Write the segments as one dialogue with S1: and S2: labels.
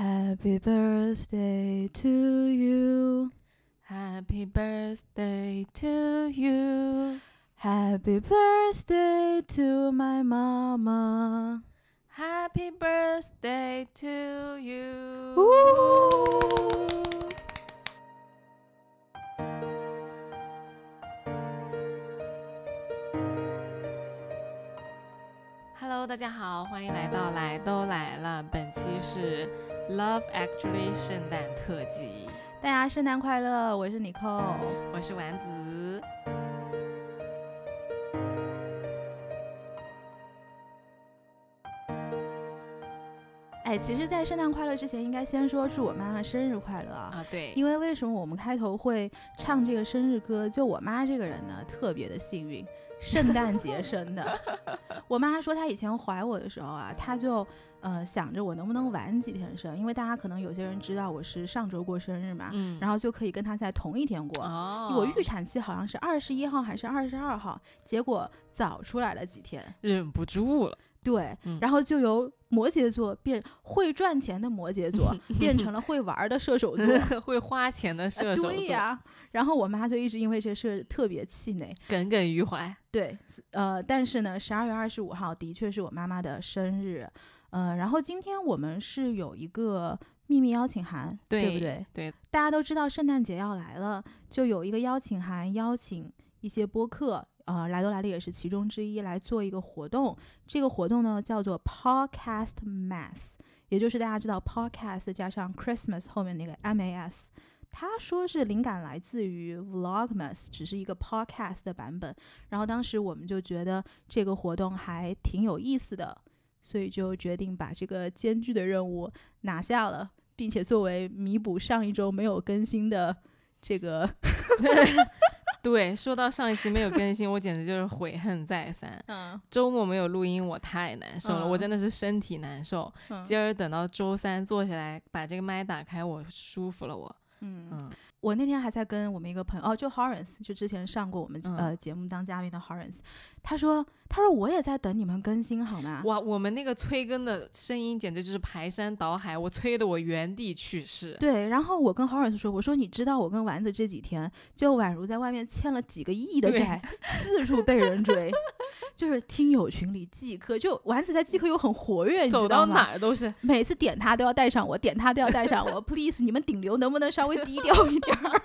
S1: Happy birthday to you.
S2: Happy birthday to you.
S1: Happy birthday to my mama.
S2: Happy birthday to you. 哈喽，大家好，欢迎来到来都来了。本期是 Love Actually 圣诞特辑，
S1: 大家圣诞快乐！我是 Nicole。
S2: 我是丸子。
S1: 哎，其实，在圣诞快乐之前，应该先说祝我妈妈生日快乐啊！
S2: 啊，对，
S1: 因为为什么我们开头会唱这个生日歌？就我妈这个人呢，特别的幸运，圣诞节生的。 我妈说她以前怀我的时候啊，她就呃想着我能不能晚几天生，因为大家可能有些人知道我是上周过生日嘛，
S2: 嗯，
S1: 然后就可以跟她在同一天过。
S2: 哦，
S1: 我预产期好像是二十一号还是二十二号，结果早出来了几天。
S2: 忍不住了，
S1: 对，
S2: 嗯
S1: 然后就由摩羯座变会赚钱的摩羯 座变成了会玩儿的射手座。
S2: 会花钱的射
S1: 呃
S2: 手座，
S1: 对呀、然后我妈就一直因为这事特别气馁。
S2: 耿耿于怀。
S1: 对，呃，但是呢，十二月二十五号的确是我妈妈的生日，呃，然后今天我们是有一个秘密邀请函，
S2: 对
S1: 不对？
S2: 对，
S1: 大家都知道圣诞节要来了，就有一个邀请函，邀请一些播客，呃，来都来了也是其中之一，来做一个活动。这个活动呢叫做 Podcast Mass，也就是大家知道 Podcast 加上 Christmas 后面那个 MAS。他说是灵感来自于 Vlogmas，只是一个 podcast 的版本。然后当时我们就觉得这个活动还挺有意思的，所以就决定把这个艰巨的任务拿下了，并且作为弥补上一周没有更新的这个，
S2: 对，说到上一期没有更新，我简直就是悔恨再三。
S1: 嗯
S2: 周末没有录音，我太难受了，我
S1: 嗯
S2: 真的是身体难受。
S1: 嗯
S2: 今儿等到周三坐下来，把这个麦打开，我舒服了我，
S1: 嗯，
S2: 嗯，
S1: 我那天还在跟我们一个朋友，哦，就 Horace，就之前上过我们、
S2: 嗯
S1: 呃节目当嘉宾的 Horace，他说他说我也在等你们更新好吗？
S2: 哇，我们那个催更的声音简直就是排山倒海，我催得我原地去世。
S1: 对，然后我跟 Horace 说，我说你知道我跟丸子这几天就宛如在外面欠了几个亿的
S2: 对
S1: 债，四处被人追， 就是听友群里即刻，就丸子在即刻又很活跃，你
S2: 走
S1: 知道
S2: 到
S1: 吗？
S2: 哪儿都是，
S1: 每次点他都要带上我，点他都要带上我 ，please，你们顶流能不能稍微低调一点儿？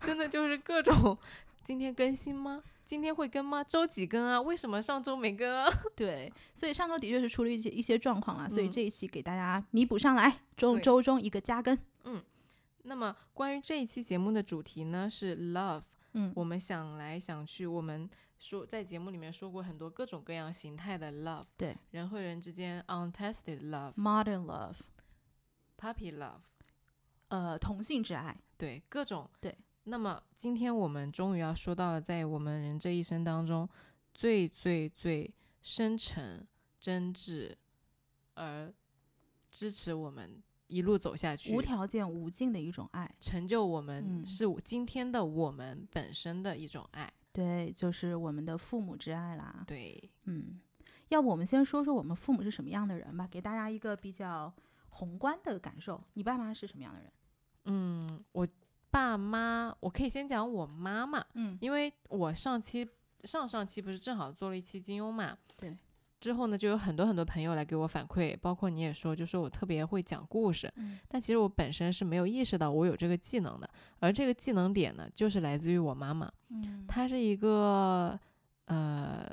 S2: 真的就是各种。今天更新吗？今天会更吗？周几更啊？为什么上周没更啊？
S1: 对，所以上周的确是出了一些一些状况啊，所以
S2: 嗯
S1: 这一期给大家弥补上来，周
S2: 对
S1: 周中一个加更。
S2: 那么关于这一期节目的主题呢是 love，
S1: 嗯
S2: 我们想来想去，我们说在节目里面说过很多各种各样形态的 love，
S1: 对，
S2: 人和人之间 untested love，puppy
S1: ，modern love，
S2: love，
S1: 呃，同性之爱，
S2: 对，各种
S1: 对。
S2: 那么今天我们终于要说到了，在我们人这一生当中最最最深沉、真挚而支持我们一路走下去、
S1: 无条件、无尽的一种爱。
S2: 成就我们，
S1: 嗯
S2: 是我今天的我们本身的一种爱。
S1: 对，就是我们的父母之爱啦。
S2: 对，
S1: 嗯，要不我们先说说我们父母是什么样的人吧，给大家一个比较宏观的感受。你爸妈是什么样的人？
S2: 嗯，我爸妈，我可以先讲我妈妈，
S1: 嗯
S2: 因为我上期上上期不是正好做了一期金庸嘛，
S1: 对。
S2: 之后呢，就有很多很多朋友来给我反馈，包括你也说，就说我特别会讲故事，
S1: 嗯
S2: 但其实我本身是没有意识到我有这个技能的，而这个技能点呢，就是来自于我妈妈，
S1: 嗯，
S2: 她是一个呃，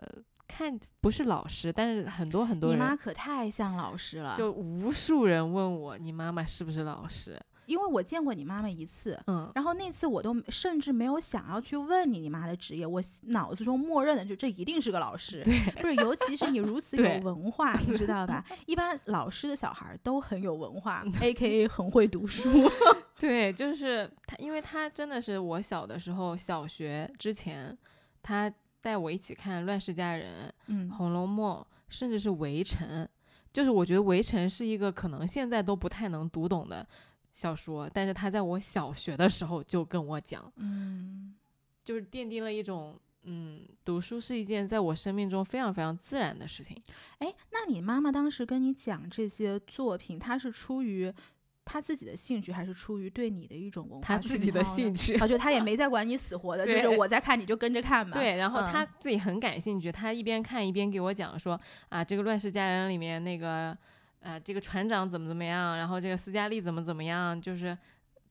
S2: 看不是老师，但是很多很多
S1: 你妈
S2: 人
S1: 可太像老师了，
S2: 就无数人问我，你妈妈是不是老师？
S1: 因为我见过你妈妈一次。
S2: 嗯，
S1: 然后那次我都甚至没有想要去问你你妈的职业，我脑子中默认的就这一定是个老师，
S2: 对，
S1: 不是？尤其是你如 此有
S2: 对
S1: 文化，你知道 吧？一般老师的小孩儿都很有文化，A K A 很会读 书。
S2: 对，就是他，因为他真的是我小的时候，小学之前，他带我一起看《乱世佳人》
S1: 嗯
S2: 《红楼梦》，甚至是《围城》。就是我觉得《围城》是一个可能现在都不太能读懂的小说，但是他在我小学的时候就跟我讲，
S1: 嗯，
S2: 就是奠定了一种嗯，读书是一件在我生命中非常非常自然的事情。
S1: 哎，那你妈妈当时跟你讲这些作品，她是出于她自己的兴趣，还是出于对你的一种文化
S2: 她自己的
S1: 熏陶呢
S2: 兴趣
S1: 啊，就她也没在管你死 活的，就
S2: 对
S1: 是我在看你就跟着看嘛。
S2: 对，然后
S1: 嗯
S2: 他自己很感兴趣，他一边看一边给我讲说啊，这个《乱世佳人》里面那个啊，这个船长怎么怎么样，然后这个斯嘉丽怎么怎么样，就是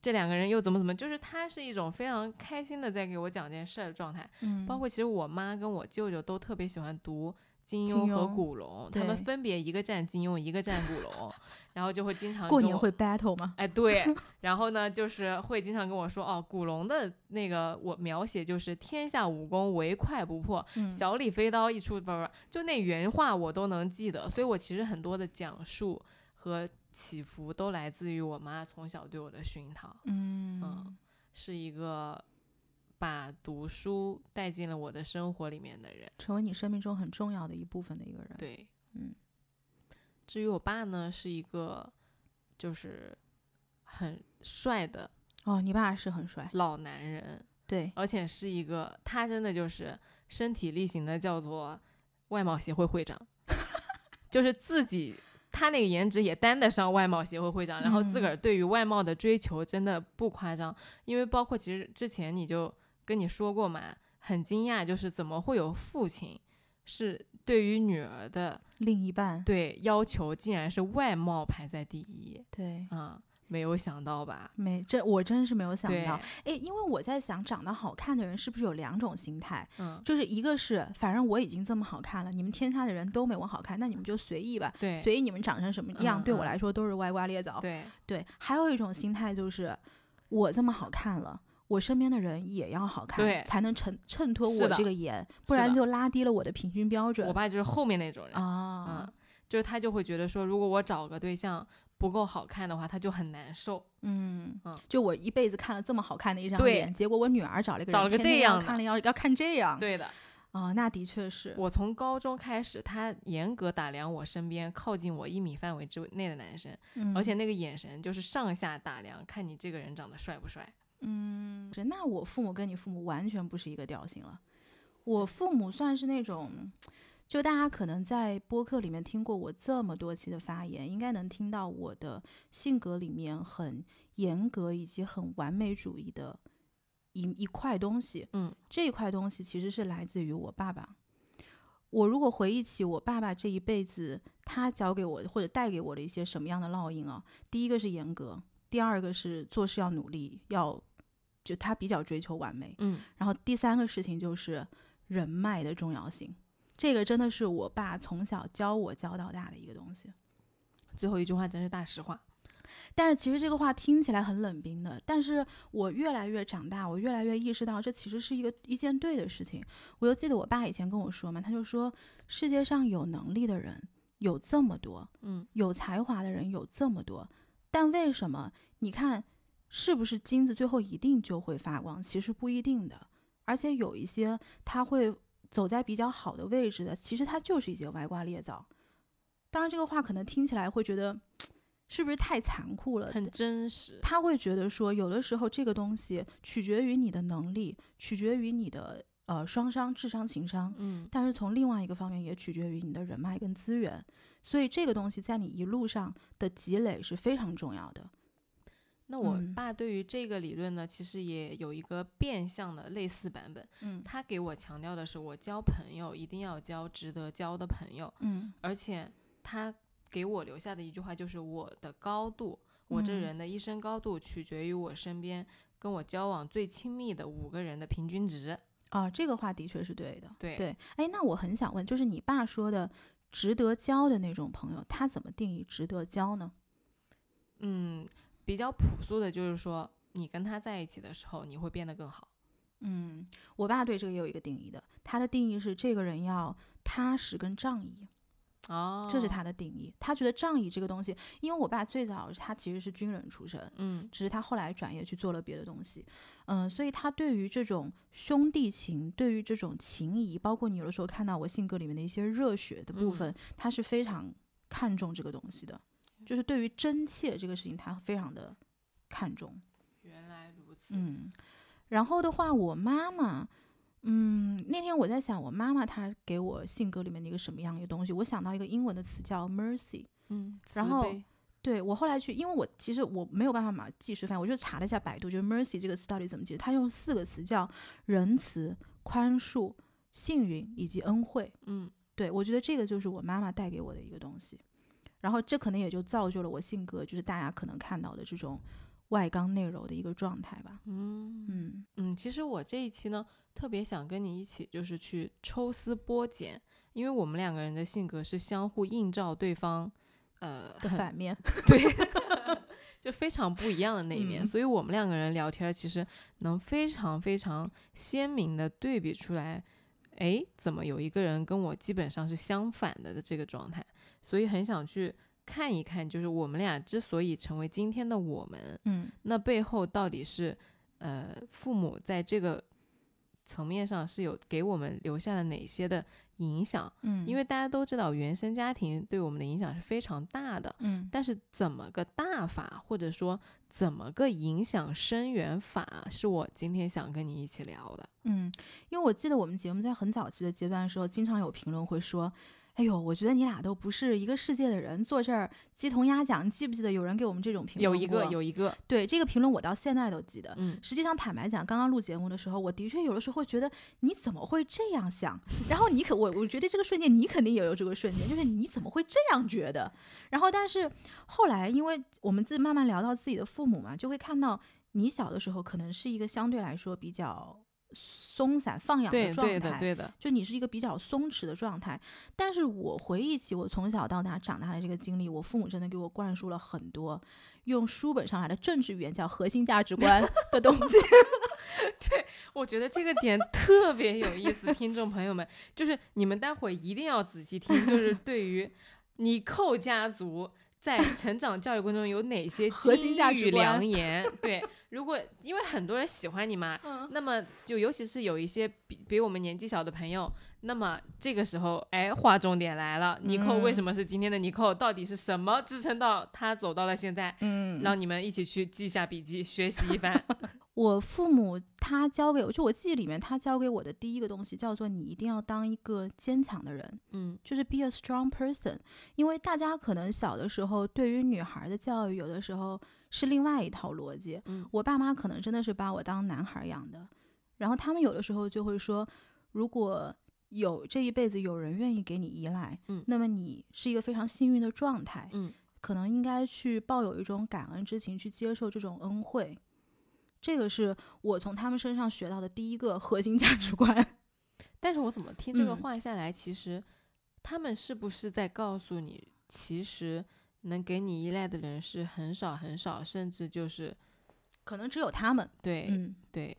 S2: 这两个人又怎么怎么，就是他是一种非常开心的在给我讲这件事儿的状态。
S1: 嗯，
S2: 包括其实我妈跟我舅舅都特别喜欢读。金
S1: 金
S2: 庸和
S1: 庸
S2: 古龙，他们
S1: 对
S2: 分别一个站金庸，一个站古 龙，然后就会经常
S1: 过
S2: 跟
S1: 年
S2: 我
S1: 会 battle 吗？
S2: 哎，对，然后呢，就是会经常跟我说，哦，古龙的那个我描写就是天下武功唯快不破，
S1: 嗯
S2: 小李飞刀一出，不不，不就那原话我都能记得，所以我其实很多的讲述和起伏都来自于我妈从小对我的熏陶，
S1: 嗯
S2: 嗯，是一个把读书带进了我的生活里面的人。
S1: 成为你生命中很重要的一部分的一个人。，
S2: 对，
S1: 嗯。
S2: 至于我爸呢，是一个就是很帅的
S1: 哦，你爸是很帅，
S2: 老男人。
S1: 对，
S2: 而且是一个他真的就是身体力行的叫做外贸协会会长， 就是自己他那个颜值也担得上外贸协会会长，然后自
S1: 嗯
S2: 个儿对于外貌的追求真的不夸张，因为包括其实之前你就跟你说过嘛，很惊讶就是怎么会有父亲是对于女儿的
S1: 另一半，
S2: 对要求竟然是外貌排在第一
S1: 对，
S2: 啊、没有想到吧？
S1: 没这我真是没有想
S2: 对，
S1: 到，哎，因为我在想，长得好看的人是不是有两种心态？
S2: 嗯，
S1: 就是一个是，反正我已经这么好看了，你们天下的人都没我好看，那你们就随意吧，
S2: 对
S1: 随意你们长成什么样，
S2: 嗯
S1: 对我
S2: 嗯
S1: 来说都是歪瓜裂枣。
S2: 对
S1: 对，还有一种心态就是，我这么好看了。我身边的人也要好
S2: 对
S1: 看，才能衬衬托
S2: 是
S1: 我
S2: 的
S1: 这个颜，不
S2: 是
S1: 然
S2: 的
S1: 就拉低了我的平均标准
S2: 我爸就是后面那种人。
S1: 啊
S2: 嗯。，就是他就会觉得说，如果我找个对象不够好看的话，他就很难受。
S1: 嗯
S2: 嗯，
S1: 就我一辈子看了这么好看的一张
S2: 对
S1: 脸，结果我女儿找了一个人
S2: 找了个
S1: 天天
S2: 这
S1: 要
S2: 样的
S1: 看了要要看这样，
S2: 对的，
S1: 啊、那的确是，
S2: 我从高中开始，他严格打量我身边靠近我一米范围之内的男生，
S1: 嗯
S2: 而且那个眼神就是上下打量，看你这个人长得帅不帅。
S1: 嗯，是那我父母跟你父母完全不是一个调性了，我父母算是那种。就大家可能在播客里面听过我这么多期的发言，应该能听到我的性格里面很严格以及很完美主义的一一块东西。
S2: 嗯，
S1: 这一块东西其实是来自于我爸爸。我如果回忆起我爸爸这一辈子，他教给我或者带给我的一些什么样的烙印啊？第一个是严格，第二个是做事要努力，要就他比较追求完美。
S2: 嗯，
S1: 然后第三个事情就是人脉的重要性，这个真的是我爸从小教我教到大的一个东西。
S2: 最后一句话真是大实话。
S1: 但是其实这个话听起来很冷冰的，但是我越来越长大，我越来越意识到这其实是一个一件对的事情。我就记得我爸以前跟我说嘛，他就说世界上有能力的人有这么多，
S2: 嗯，
S1: 有才华的人有这么多，但为什么你看是不是金子最后一定就会发光？其实不一定的，而且有一些它会走在比较好的位置的，其实它就是一些歪瓜裂枣。当然，这个话可能听起来会觉得是不是太残酷了？
S2: 很真实。
S1: 他会觉得说，有的时候这个东西取决于你的能力，取决于你的呃双商、智商、情商，
S2: 嗯，
S1: 但是从另外一个方面也取决于你的人脉跟资源，所以这个东西在你一路上的积累是非常重要的。
S2: 那我
S1: 嗯
S2: 爸对于这个理论呢，其实也有一个变相的类似版本。
S1: 嗯
S2: 他给我强调的是，我交朋友一定要交值得交的朋友。
S1: 嗯
S2: 而且他给我留下的一句话就是：我的高度，我这
S1: 嗯
S2: 人的一生高度取决于我身边跟我交往最亲密的五个人的平均值。
S1: 啊，这个话的确是对的。
S2: 对
S1: 对，哎，那我很想问，就是你爸说的值得交的那种朋友，他怎么定义值得交呢？
S2: 嗯，比较朴素的就是说，你跟他在一起的时候，你会变得更好。
S1: 嗯，我爸对这个也有一个定义的，他的定义是这个人要踏实跟仗义。
S2: 哦，
S1: 这是他。的定义。他觉得仗义这个东西，因为我爸最早他其实是军人出身，
S2: 嗯
S1: 只是他后来转业去做了别的东西，嗯，所以他对于这种兄弟情，对于这种情谊，包括你有的时候看到我性格里面的一些热血的
S2: 嗯
S1: 部分，他是非常看重这个东西的，就是对于真切这个事情，他非常的看重。
S2: 原来如此。
S1: 嗯，然后的话，我妈妈嗯，那天我在想，我妈妈她给我性格里面的一个什么样的一个东西？我想到一个英文的词叫 mercy。
S2: 嗯，
S1: 然
S2: 慈
S1: 后
S2: 悲
S1: 对我后来去，因为我其实我没有办法马即时翻译，我就查了一下百度，就是 mercy 这个词到底怎么解释？它用四个词叫仁慈、宽恕、幸运以及恩惠。
S2: 嗯
S1: 对我觉得这个就是我妈妈带给我的一个东西，然后这可能也就造就了我性格，就是大家可能看到的这种外刚内柔的一个状态吧。
S2: 嗯
S1: 嗯
S2: 嗯，其实我这一期呢，特别想跟你一起就是去抽丝剥茧，因为我们两个人的性格是相互映照对方，呃，
S1: 的
S2: 很
S1: 反面，
S2: 对，就非常不一样的那一面。
S1: 嗯
S2: 所以我们两个人聊天，其实能非常非常鲜明的对比出来，诶，怎么有一个人跟我基本上是相反的的这个状态？所以很想去看一看，就是我们俩之所以成为今天的我们，
S1: 嗯
S2: 那背后到底是呃父母在这个层面上是有给我们留下了哪些的影响？
S1: 嗯，
S2: 因为大家都知道，原生家庭对我们的影响是非常大的。
S1: 嗯
S2: 但是怎么个大法，或者说怎么个影响深远法，是我今天想跟你一起聊的。
S1: 嗯，因为我记得我们节目在很早期的阶段的时候，经常有评论会说。哎呦，我觉得你俩都不是一个世界的人，坐这儿鸡同鸭讲。你记不记得有人给我们这种评论
S2: 有
S1: 过？
S2: 一个，有一个，
S1: 对这个评论，我到现在都记得。
S2: 嗯，
S1: 实际上，坦白讲，刚刚录节目的时候，我的确有的时候会觉得你怎么会这样想？然后你可我我觉得这个瞬间，你肯定也有这个瞬间，就是你怎么会这样觉得？然后，但是后来，因为我们自己慢慢聊到自己的父母嘛，就会看到你小的时候可能是一个相对来说比较松散放养
S2: 对
S1: 的状态，
S2: 对的对的，
S1: 就你是一个比较松弛的状态。但是我回忆起我从小到大长大的这个经历，我父母真的给我灌输了很多用书本上来的政治语言叫核心价值观的东西。
S2: 我觉得这个点特别有意思，听众朋友们，就是你们待会儿一定要仔细听， 就是对于你寇家族。在成长教育过程中有哪些
S1: 核心
S2: 金
S1: 价
S2: 玉
S1: 值观
S2: 良言？对，如果因为很多人喜欢你嘛，
S1: 嗯
S2: 那么就尤其是有一些比比我们年纪小的朋友，那么这个时候，哎，划重点来了，尼寇
S1: 嗯
S2: 为什么是今天的尼寇？到底是什么支撑到他走到了现在？
S1: 嗯
S2: 让你们一起去记一下笔记，学习 一番。
S1: 我父母他教给我，就我记忆里面他教给我的第一个东西叫做你一定要当一个坚强的人，
S2: 嗯
S1: 就是 be a strong person。因为大家可能小的时候对于女孩的教育，有的时候是另外一套逻辑。
S2: 嗯
S1: 我爸妈可能真的是把我当男孩养的，然后他们有的时候就会说，如果有这一辈子有人愿意给你依赖，
S2: 嗯
S1: 那么你是一个非常幸运的状态，
S2: 嗯
S1: 可能应该去抱有一种感恩之情，去接受这种恩惠。这个是我从他们身上学到的第一个核心价值观。
S2: 嗯但是我怎么听这个
S1: 嗯
S2: 话下来，其实他们是不是在告诉你，其实能给你依赖的人是很少很少，甚至就是
S1: 可能只有他们，
S2: 对、
S1: 嗯，
S2: 对，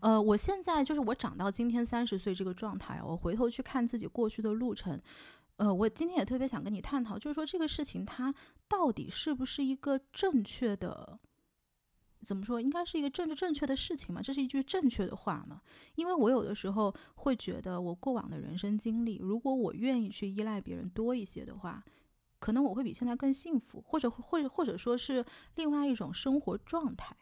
S1: 呃，我现在就是我长到今天三十岁这个状态，我回头去看自己过去的路程，呃，我今天也特别想跟你探讨，就是说这个事情它到底是不是一个正确的，怎么说，应该是一个政治正确的事情嘛？这是一句正确的话嘛？因为我有的时候会觉得，我过往的人生经历，如果我愿意去依赖别人多一些的话。可能我会比现在更幸福，或者或者或者说是另外一种生活状态。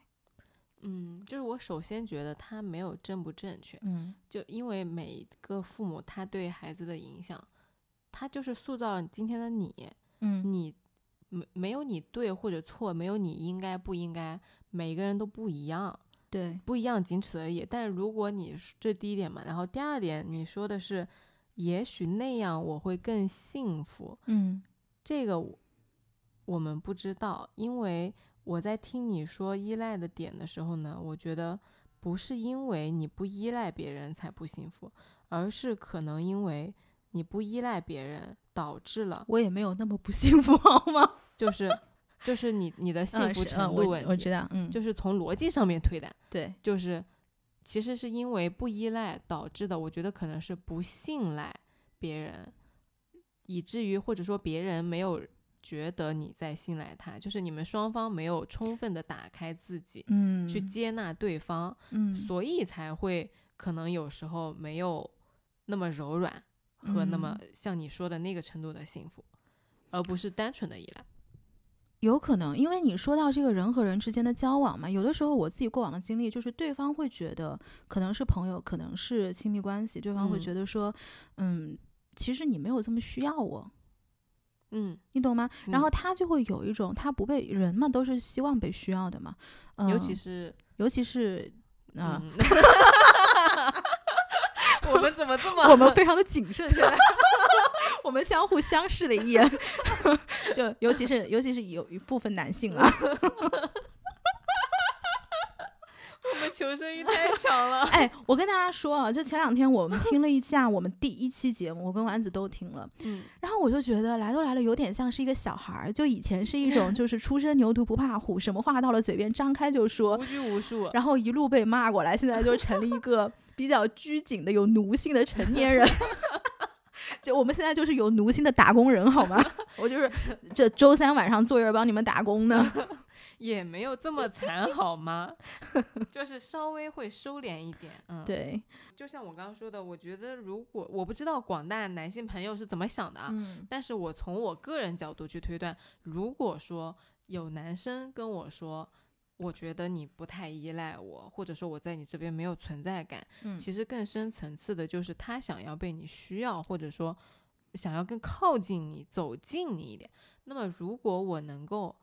S2: 嗯，就是我首先觉得他没有正不正确。
S1: 嗯
S2: 就因为每一个父母他对孩子的影响，他就是塑造了今天的你，
S1: 嗯
S2: 你没没有你对或者错，没有你应该不应该，每个人都不一样，
S1: 对，
S2: 不一样仅此而已。但是如果你是这第一点嘛，然后第二点你说的是，也许那样我会更幸福，
S1: 嗯
S2: 这个我我们不知道，因为我在听你说依赖的点的时候呢，我觉得不是因为你不依赖别人才不幸福，而是可能因为你不依赖别人导致了
S1: 我也没有那么不幸福， 好吗？嗯
S2: 就是就是你你的 幸福程度问
S1: 啊我
S2: 题，
S1: 知道，嗯，
S2: 就是从逻辑上面推断，
S1: 对，
S2: 就是其实是因为不依赖导致的，我觉得可能是不信赖别人，以至于或者说别人没有觉得你在信赖他，就是你们双方没有充分的打开自己、
S1: 嗯，
S2: 去接纳对方，
S1: 嗯，
S2: 所以才会可能有时候没有那么柔软
S1: 嗯
S2: 和那么像你说的那个程度的幸福，而不是单纯的依赖。
S1: 有可能，因为你说到这个人和人之间的交往嘛，有的时候我自己过往的经历就是，对方会觉得可能是朋友，可能是亲密关系，对方会
S2: 嗯
S1: 觉得说，嗯，其实你没有这么需要我，
S2: 嗯，
S1: 你懂吗？然
S2: 嗯
S1: 后他就会有一种他不被人嘛，都是希望被需要的嘛，嗯、
S2: 尤其是
S1: 尤其是啊，
S2: 嗯， 我们怎么这么
S1: 我 们非常的谨慎，现在我们相互相视了一眼，就尤其是尤其是有一部分男性啊了，
S2: 我们求生欲太强了？
S1: 哎，我跟大家说啊，就前两天我们听了一下我们第一期节目，我跟丸子都听了，
S2: 嗯，
S1: 然后我就觉得来都来了，有点像是一个小孩儿，就以前是一种就是初生牛犊不怕虎，什么话到了嘴边张开就 说，
S2: 无拘 无束。
S1: 然后一路被骂过来，现在就成了一 个比较拘谨的有奴性的成年人。 就我们现在就是有奴性的打工人，好 吗？我就是这周三晚上坐这儿帮你们打工 呢。
S2: 也没有这么惨好 吗？就是稍微会收敛一点，嗯，，
S1: 对，
S2: 就像我刚刚说的，我觉得如果我不知道广大男性朋友是怎么想的啊，
S1: 嗯
S2: 但是我从我个人角度去推断，如果说有男生跟我说，我觉得你不太依赖我，或者说我在你这边没有存在感，
S1: 嗯
S2: 其实更深层次的就是他想要被你需要，或者说想要更靠近你、走近你一点。那么如果我能够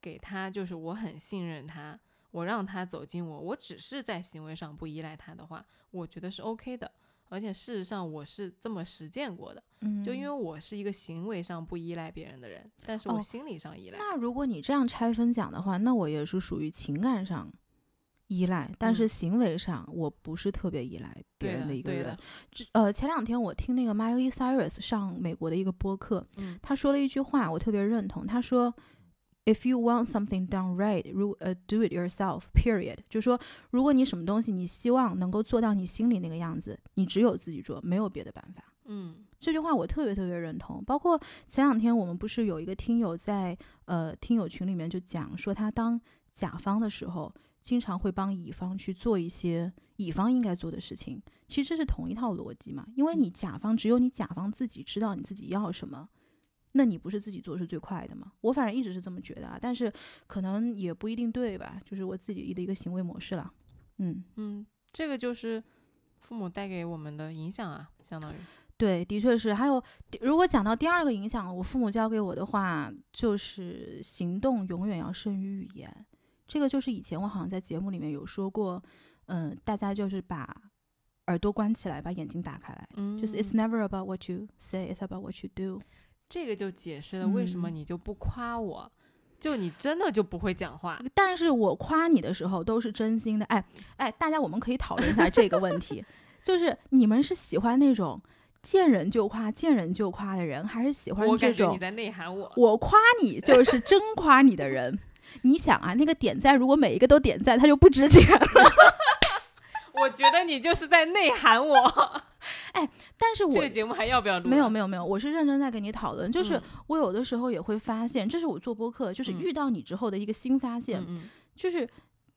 S2: 给他，就是我很信任他，我让他走近我，我只是在行为上不依赖他的话，我觉得是 OK 的。而且事实上，我是这么实践过的。
S1: 嗯
S2: 就因为我是一个行为上不依赖别人的人，但是
S1: 哦
S2: 我心理上依赖。
S1: 那如果你这样拆分讲的话，那我也是属于情感上依赖，但是
S2: 嗯
S1: 行为上我不是特别依赖别
S2: 对
S1: 人
S2: 的，
S1: 一个
S2: 对
S1: 人
S2: 的。，
S1: 这呃，前两天我听那个 Miley Cyrus 上美国的一个播客，
S2: 嗯
S1: 他说了一句话，我特别认同。他说：“If you want something done right, ru- 呃 do it yourself. Period。”就是说，如果你什么东西你希望能够做到你心里那个样子，你只有自己做，没有别的办法。
S2: 嗯
S1: 这句话我特别特别认同。包括前两天我们不是有一个听友在呃听友群里面就讲说，他当甲方的时候，经常会帮乙方去做一些乙方应该做的事情。其实这是同一套逻辑嘛，因为你甲方只有你甲方自己知道你自己要什么。那你不是自己做是最快的吗？我反正一直是这么觉得啊，但是可能也不一定对吧，就是我自己的一个行为模式了。嗯，
S2: 嗯，这个就是父母带给我们的影响啊，相当于
S1: 对，的确是。还有，如果讲到第二个影响，我父母教给我的话就是行动永远要胜于语言。这个就是以前我好像在节目里面有说过，嗯、大家就是把耳朵关起来，把眼睛打开来，
S2: 嗯，
S1: 就是 it's never about what you say, it's about what you do。
S2: 这个就解释了为什
S1: 嗯
S2: 么你就不夸我，就你真的就不会讲话。
S1: 但是我夸你的时候都是真心的。哎哎，大家我们可以讨论一下这个问题， 就是你们是喜欢那种见人就夸、见人就夸的人，还是喜欢
S2: 我
S1: 这
S2: 感觉
S1: 种
S2: 你在内涵我，
S1: 我夸你就是真夸你的人。 你想啊，那个点赞如果每一个都点赞，它就不值钱。
S2: 我觉得你就是在内 涵我。
S1: 但是我
S2: 这个节目还要不要录了？啊
S1: 没有没有没有，我是认真在跟你讨论。就是
S2: 嗯
S1: 我有的时候也会发现，这是我做播客，就是
S2: 嗯
S1: 遇到你之后的一个新发现，
S2: 嗯
S1: 就是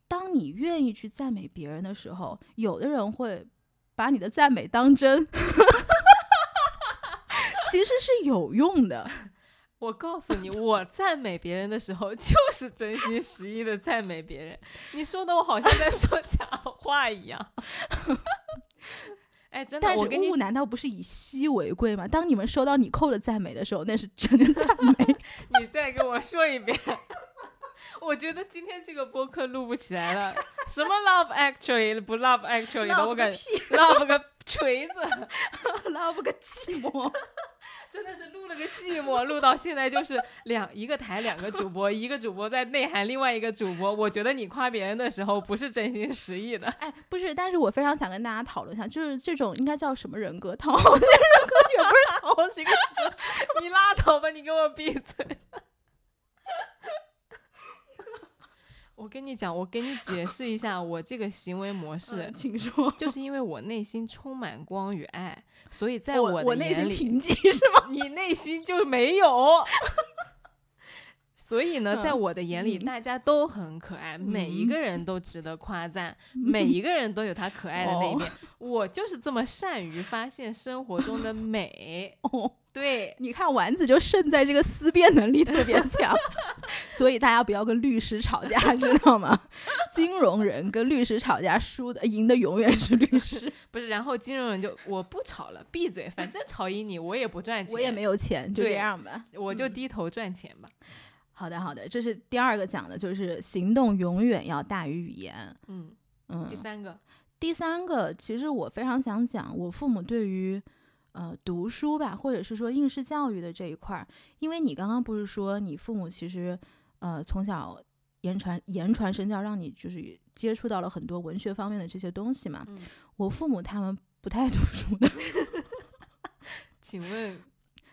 S1: 当你愿意去赞美别人的时候，有的人会把你的赞美当真， 其实是有用的。
S2: 我告诉你，我赞美别人的时候就是真心实意的赞美别人。你说的我好像在说 假话一样。 哎，真的，
S1: 但是
S2: 我跟你
S1: 物难道不是以稀为贵吗？当你们收到你扣的赞美的时候，那是真的赞美。
S2: 你再给我说一遍。 我觉得今天这个播客录不起来了。什么 love actually 不 love actually 的，
S1: love
S2: 我
S1: 个
S2: 感
S1: 屁
S2: 觉 love 个 锤子，
S1: love 个寂寞。
S2: 真的是录了个寂寞。录到现在就是两一个台两个主播，一个主播在内涵另外一个主播。我觉得你夸别人的时候不是真心实意的。
S1: 哎，不是，但是我非常想跟大家讨论一下，就是这种应该叫什么人格？讨好型 人格也不是讨好型人格。
S2: 你拉倒吧，你给我闭嘴！ 我跟你讲，我给你解释一下我这个行为模式
S1: 嗯，请说。
S2: 就是因为我内心充满光与爱，所以在
S1: 我
S2: 的
S1: 内心
S2: 眼里，
S1: 贫瘠是吗？
S2: 你内心就没有。 所以呢，在
S1: 嗯
S2: 我的眼里，
S1: 嗯
S2: 大家都很可爱，每一
S1: 嗯
S2: 个人都值得 夸赞，每一个人都有他可爱的那一
S1: 哦
S2: 面。我就是这么善于发现生活中的美
S1: 。哦，
S2: 对，
S1: 你看丸子就胜在这个思辨能力特别强， 所以大家不要跟律师吵架，知道吗？ 金融人跟律师吵架，输的赢的永远是律 师。
S2: 不是，然后金融人就我不吵了，闭嘴，反正吵赢你我也不赚钱，
S1: 我也没嗯有钱，就这样吧。
S2: 我就低头赚钱吧。嗯
S1: 好的，好的，这是第二个讲的，就是行动永远要大于语言。
S2: 嗯，
S1: 嗯
S2: 第，三个，
S1: 第三个，其实我非常想讲，我父母对于呃读书吧，或者是说应试教育的这一块儿，因为你刚刚不是说你父母其实呃从小言传言传身教，让你就是接触到了很多文学方面的这些东西嘛。
S2: 嗯
S1: 我父母他们不太读书的，
S2: 请问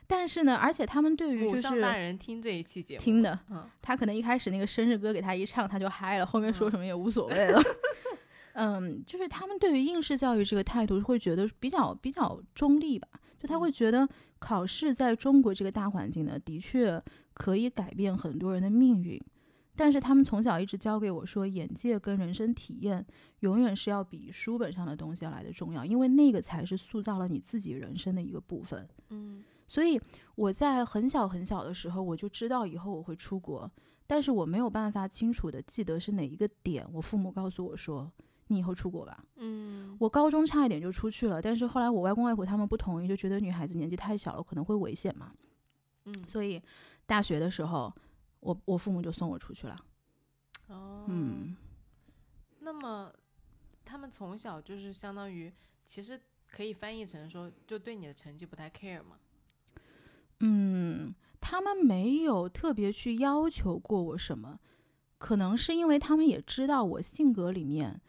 S1: 但是呢，而且他们对于
S2: 母
S1: 就
S2: 上大
S1: 是
S2: 人听这一期节目
S1: 听的，
S2: 嗯，
S1: 他可能一开始那个生日歌给他一唱，他就嗨了，后面说
S2: 嗯
S1: 什么也无所谓了。 嗯，就是他们对于应试教育这个态度会觉得比较比较中立吧，就他会
S2: 嗯
S1: 觉得考试在中国这个大环境呢，的确可以改变很多人的命运。但是他们从小一直教给我说，眼界跟人生体验永远是要比书本上的东西要来的重要，因为那个才是塑造了你自己人生的一个部分。
S2: 嗯
S1: 所以我在很小很小的时候，我就知道以后我会出国，但是我没有办法清楚的记得是哪一个点。我父母告诉我说：“你以后出国吧。”
S2: 嗯，
S1: 我高中差一点就出去了，但是后来我外公外婆他们不同意，就觉得女孩子年纪太小了可能会危险嘛，
S2: 嗯
S1: 所以大学的时候，我我父母就送我出去了。
S2: 哦，
S1: 嗯，
S2: 那么他们从小就是相当于，其实可以翻译成说，就对你的成绩不太 care 嘛。
S1: 嗯，他们没有特别去要求过我什么，可能是因为他们也知道我性格里面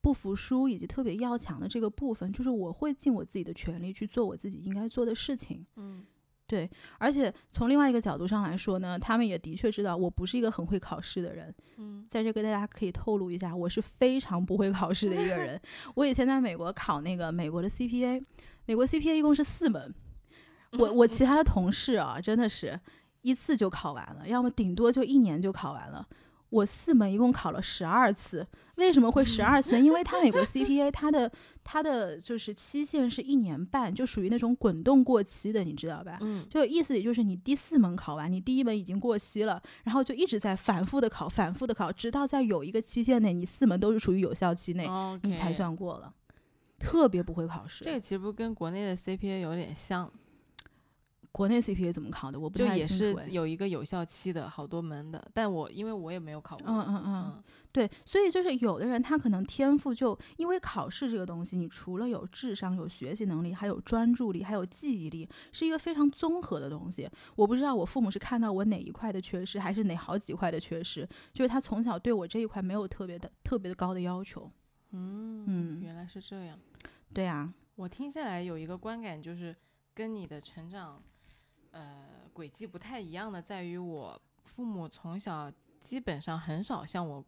S1: 不服输以及特别要强的这个部分，就是我会尽我自己的全力去做我自己应该做的事情。
S2: 嗯
S1: 对，而且从另外一个角度上来说呢，他们也的确知道我不是一个很会考试的人，
S2: 嗯
S1: 在这跟大家可以透露一下，我是非常不会考试的一个人。我以前在美国考那个美国的 CPA，美国 CPA 一共是四门，我我其他的同事啊，真的是一次就考完了，要么顶多就一年就考完了。我四门一共考了十二次，为什么会十二次呢？因为它美国 CPA 它的它的就是期限是一年半，就属于那种滚动过期的，你知道吧？
S2: 嗯
S1: 就意思也就是你第四门考完，你第一门已经过期了，然后就一直在反复的考，反复的考，直到在有一个期限内，你四门都是处于有效期内，
S2: 哦，OK，
S1: 你才算过了。特别不会考试，
S2: 这个其实不跟国内的 CPA 有点像，
S1: 国内 CPA 怎么考的？我不
S2: 就
S1: 太
S2: 也
S1: 清
S2: 是
S1: 楚哎。
S2: 有一个有效期的，好多门的。但我因为我也没有考过，
S1: 嗯嗯嗯，对，所以就是有的人他可能天赋就因为考试这个东西，你除了有智商、有学习能力，还有专注力，还有记忆力，是一个非常综合的东西。我不知道我父母是看到我哪一块的缺失，还是哪好几块的缺失，就是他从小对我这一块没有特别的特别的高的要求。
S2: 嗯
S1: 嗯
S2: 原来是这样。
S1: 对啊，
S2: 我听下来有一个观感，就是跟你的成长，呃，轨迹不太一样的，在于我父母从小基本上很少向我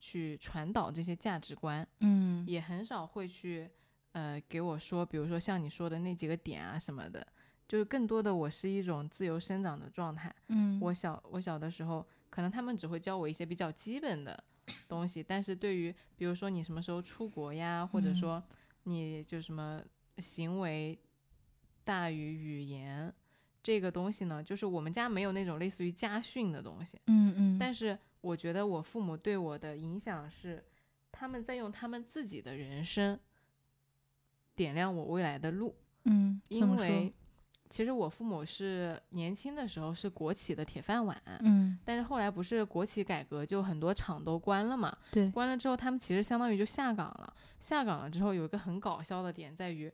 S2: 去传导这些价值观，
S1: 嗯
S2: 也很少会去，呃，给我说，比如说像你说的那几个点啊什么的，就是更多的我是一种自由生长的状态。
S1: 嗯
S2: 我小我小的时候，可能他们只会教我一些比较基本的东西，但是对于比如说你什么时候出国呀，或者
S1: 嗯
S2: 说你就什么行为大于语言这个东西呢，就是我们家没有那种类似于家训的东西，
S1: 嗯嗯，
S2: 但是我觉得我父母对我的影响是，他们在用他们自己的人生点亮我未来的路。
S1: 嗯，怎
S2: 因
S1: 么说
S2: 为其实我父母是年轻的时候是国企的铁饭碗，
S1: 嗯
S2: 但是后来不是国企改革，就很多厂都关了嘛。
S1: 对
S2: 关了之后，他们其实相当于就下岗了。下岗了之后，有一个很搞笑的点在于，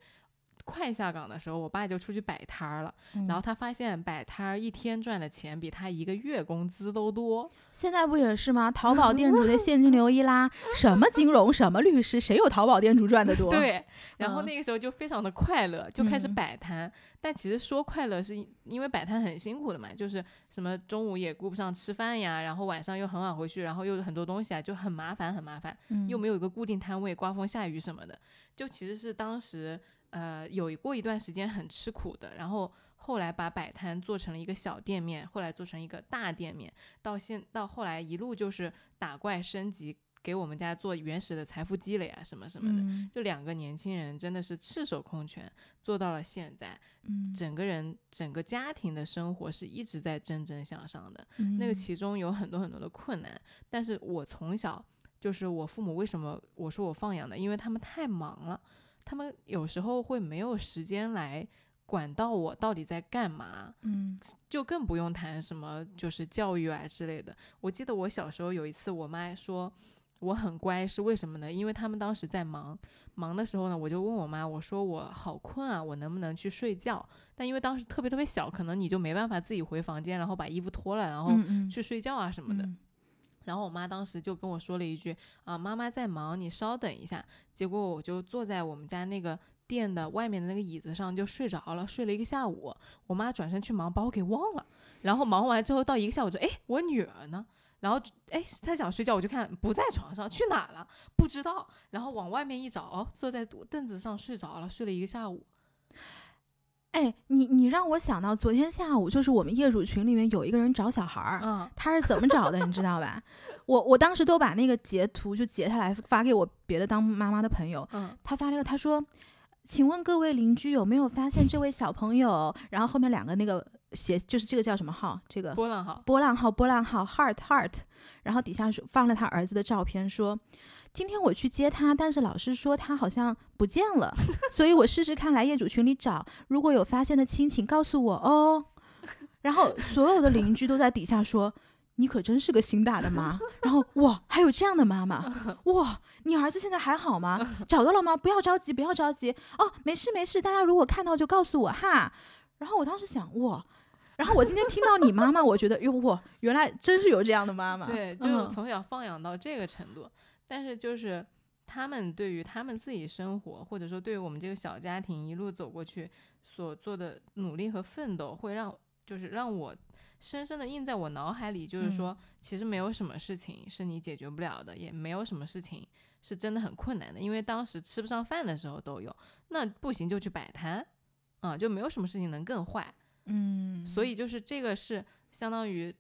S2: 快下岗的时候，我爸就出去摆摊儿了。
S1: 嗯
S2: 然后他发现摆摊儿一天赚的钱比他一个月工资都多。
S1: 现在不也是吗？淘宝店主的现金流一拉，什么金融什么律师，谁有淘宝店主赚的多？，
S2: 对，然后
S1: 嗯
S2: 那个时候就非常的快乐，就开始
S1: 嗯
S2: 摆摊。但其实说快乐是因因为摆摊很辛苦的嘛，就是什么中午也顾不上吃饭呀，然后晚上又很晚回去，然后又有很多东西啊，就很麻烦，很麻烦。
S1: 嗯
S2: 又没有一个固定摊位，刮风下雨什么的，就其实是当时呃有过一段时间很吃苦的，然后后来把摆摊做成了一个小店面，后来做成一个大店面，到现到后来一路就是打怪升级，给我们家做原始的财富积累啊，什么什么的。
S1: 嗯
S2: 就两个年轻人真的是赤手空拳做到了现在，
S1: 嗯，
S2: 整个人整个家庭的生活是一直在蒸蒸向上的。
S1: 嗯
S2: 那个其中有很多很多的困难，但是我从小就是我父母为什么我说我放养的，因为他们太忙了，他们有时候会没有时间来管到我到底在干嘛，
S1: 嗯
S2: 就更不用谈什么就是教育啊之类的。我记得我小时候有一次，我妈说。我很乖是为什么呢？因为他们当时在忙，忙的时候呢，我就问我妈，我说我好困啊，我能不能去睡觉？但因为当时特别特别小，可能你就没办法自己回房间，然后把衣服脱了，然后
S1: 嗯嗯
S2: 去睡觉啊什么的。
S1: 嗯
S2: 然后我妈当时就跟我说了一句：“啊，妈妈在忙，你稍等一下。”结果我就坐在我们家那个店的外面的那个椅子上就睡着了，睡了一个下午。我妈转身去忙，把我给忘了。然后忙完之后到一个下午就，哎，我女儿呢？然后哎，她想睡觉，我就看不在床上，去哪了？不知道。然后往外面一找，哦，坐在凳子上睡着了，睡了一个下午。
S1: 哎，你你让我想到昨天下午，就是我们业主群里面有一个人找小孩儿，
S2: 嗯，
S1: 他是怎么找的，你知道吧？我我当时都把那个截图就截下来发给我别的当妈妈的朋友，
S2: 嗯，
S1: 他发了一个，他说：“请问各位邻居有没有发现这位小朋友？”然后后面两个那个斜就是这个叫什么号？这个
S2: 波浪号。
S1: 波浪号波浪号 heart heart，然后底下是放了他儿子的照片，说：“今天我去接他，但是老师说他好像不见了，所以我试试看来业主群里找，如果有发现的亲请告诉我哦。”然后所有的邻居都在底下说。你可真是个心大的妈，然后哇，还有这样的妈妈，哇，你儿子现在还好吗？找到了吗？不要着急，不要着急哦，没事没事，大家如果看到就告诉我哈。然后我当时想哇，然后我今天听到你妈妈，我觉得哟哇，原来真是有这样的 妈妈。
S2: 对，就是
S1: 嗯
S2: 从小放养到这个程度。但是就是他们对于他们自己生活，或者说对于我们这个小家庭一路走过去所做的努力和奋斗，会让就是让我深深的印在我脑海里。就是说，其实没有什么事情是你解决不了的，也没有什么事情是真的很困难的，因为当时吃不上饭的时候都有。那不行就去摆摊，啊，就没有什么事情能更坏。
S1: 嗯，
S2: 所以就是这个是相当于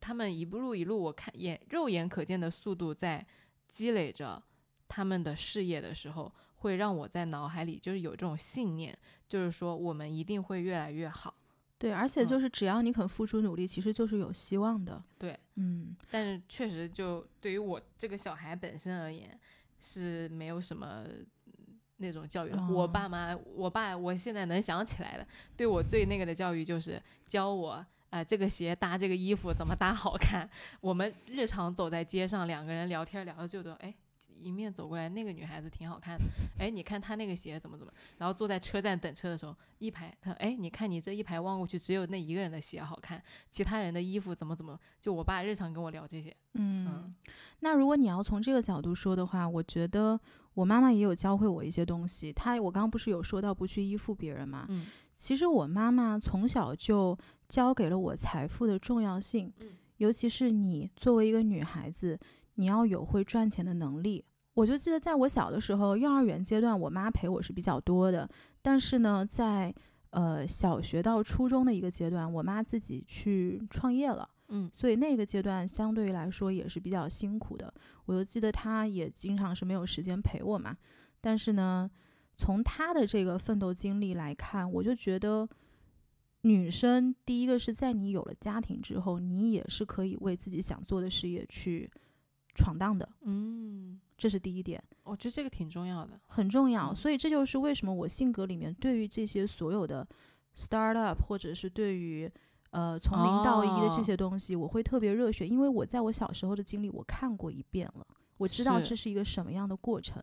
S2: 他们一步路一路，我看眼肉眼可见的速度在积累着他们的事业的时候，会让我在脑海里就是有这种信念，就是说我们一定会越来越好。
S1: 对，而且
S2: 嗯
S1: 就是只要你肯付出努力，其实就是有希望的。
S2: 对，
S1: 嗯，
S2: 但是确实就对于我这个小孩本身而言是没有什么。那种教育了，我
S1: 哦
S2: 爸妈，我爸，我现在能想起来的，对我最那个的教育就是教我啊、这个鞋搭这个衣服怎么搭好看。我们日常走在街上，两个人聊天聊到就说，哎，迎面走过来那个女孩子挺好看的，哎，你看她那个鞋怎么怎么。然后坐在车站等车的时候，一排他，哎，你看你这一排望过去，只有那一个人的鞋好看，其他人的衣服怎么怎么。就我爸日常跟我聊这些，
S1: 嗯，那如果你要从这个角度说的话，我觉得我妈妈也有教会我一些东西。她，我刚刚不是有说到不去依附别人吗？
S2: 嗯
S1: 其实我妈妈从小就教给了我财富的重要性。
S2: 嗯
S1: 尤其是你作为一个女孩子，你要有会赚钱的能力。我就记得在我小的时候，幼儿园阶段，我妈陪我是比较多的。但是呢，在呃小学到初中的一个阶段，我妈自己去创业了。
S2: 嗯
S1: 所以那个阶段相对于来说也是比较辛苦的。我就记得他也经常是没有时间陪我嘛，但是呢，从他的这个奋斗经历来看，我就觉得女生第一个是在你有了家庭之后，你也是可以为自己想做的事业去闯荡的，
S2: 嗯，
S1: 这是第一点。
S2: 我觉得这个挺重要的。
S1: 很重要。
S2: 嗯
S1: 所以这就是为什么我性格里面对于这些所有的 startup 或者是对于呃从零到一的
S2: 哦
S1: 这些东西，我会特别热血，因为我在我小时候的经历我看过一遍了，我知道
S2: 是
S1: 这是一个什么样的过程。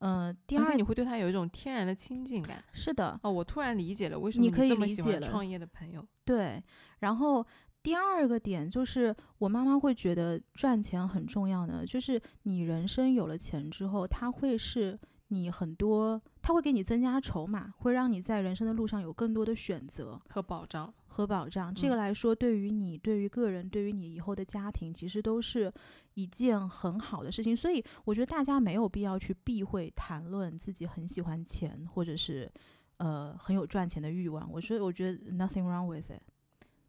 S1: 嗯、第
S2: 而且
S1: 二
S2: 你会对他有一种天然的亲近感。
S1: 是的，
S2: 哦，我突然理解了为什么
S1: 你可以
S2: 这么
S1: 理
S2: 喜
S1: 解
S2: 欢
S1: 了
S2: 创业的朋友。
S1: 对，然后第二个点就是，我妈妈会觉得赚钱很重要呢，就是你人生有了钱之后，它会是你很多，它会给你增加筹码，会让你在人生的路上有更多的选择
S2: 和保障，
S1: 和保障。这个来说，对于你、对于个人、对于你以后的家庭，其实都是一件很好的事情。所以，我觉得大家没有必要去避讳谈论自己很喜欢钱，或者是。呃，很有赚钱的欲望，我觉得，我觉得 nothing wrong with it。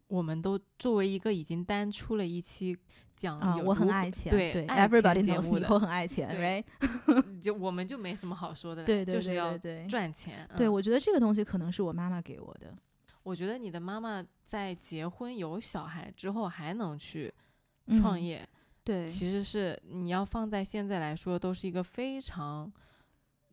S2: 我们都作为一个已经单出了一期讲
S1: 啊，
S2: 有
S1: 我很
S2: 如
S1: 爱钱，
S2: 对
S1: 对
S2: 爱钱
S1: ，everybody
S2: 节
S1: knows
S2: 目
S1: 你
S2: 的
S1: 我很爱钱
S2: 对
S1: ，right？
S2: 就我们就没什么好说的了，
S1: 对对对
S2: 就是要
S1: 对对，
S2: 赚钱。嗯
S1: 对我觉得这个东西可能是我妈妈给我的，
S2: 我觉得你的妈妈在结婚有小孩之后还能去
S1: 嗯
S2: 创业，
S1: 对，
S2: 其实是你要放在现在来说，都是一个非常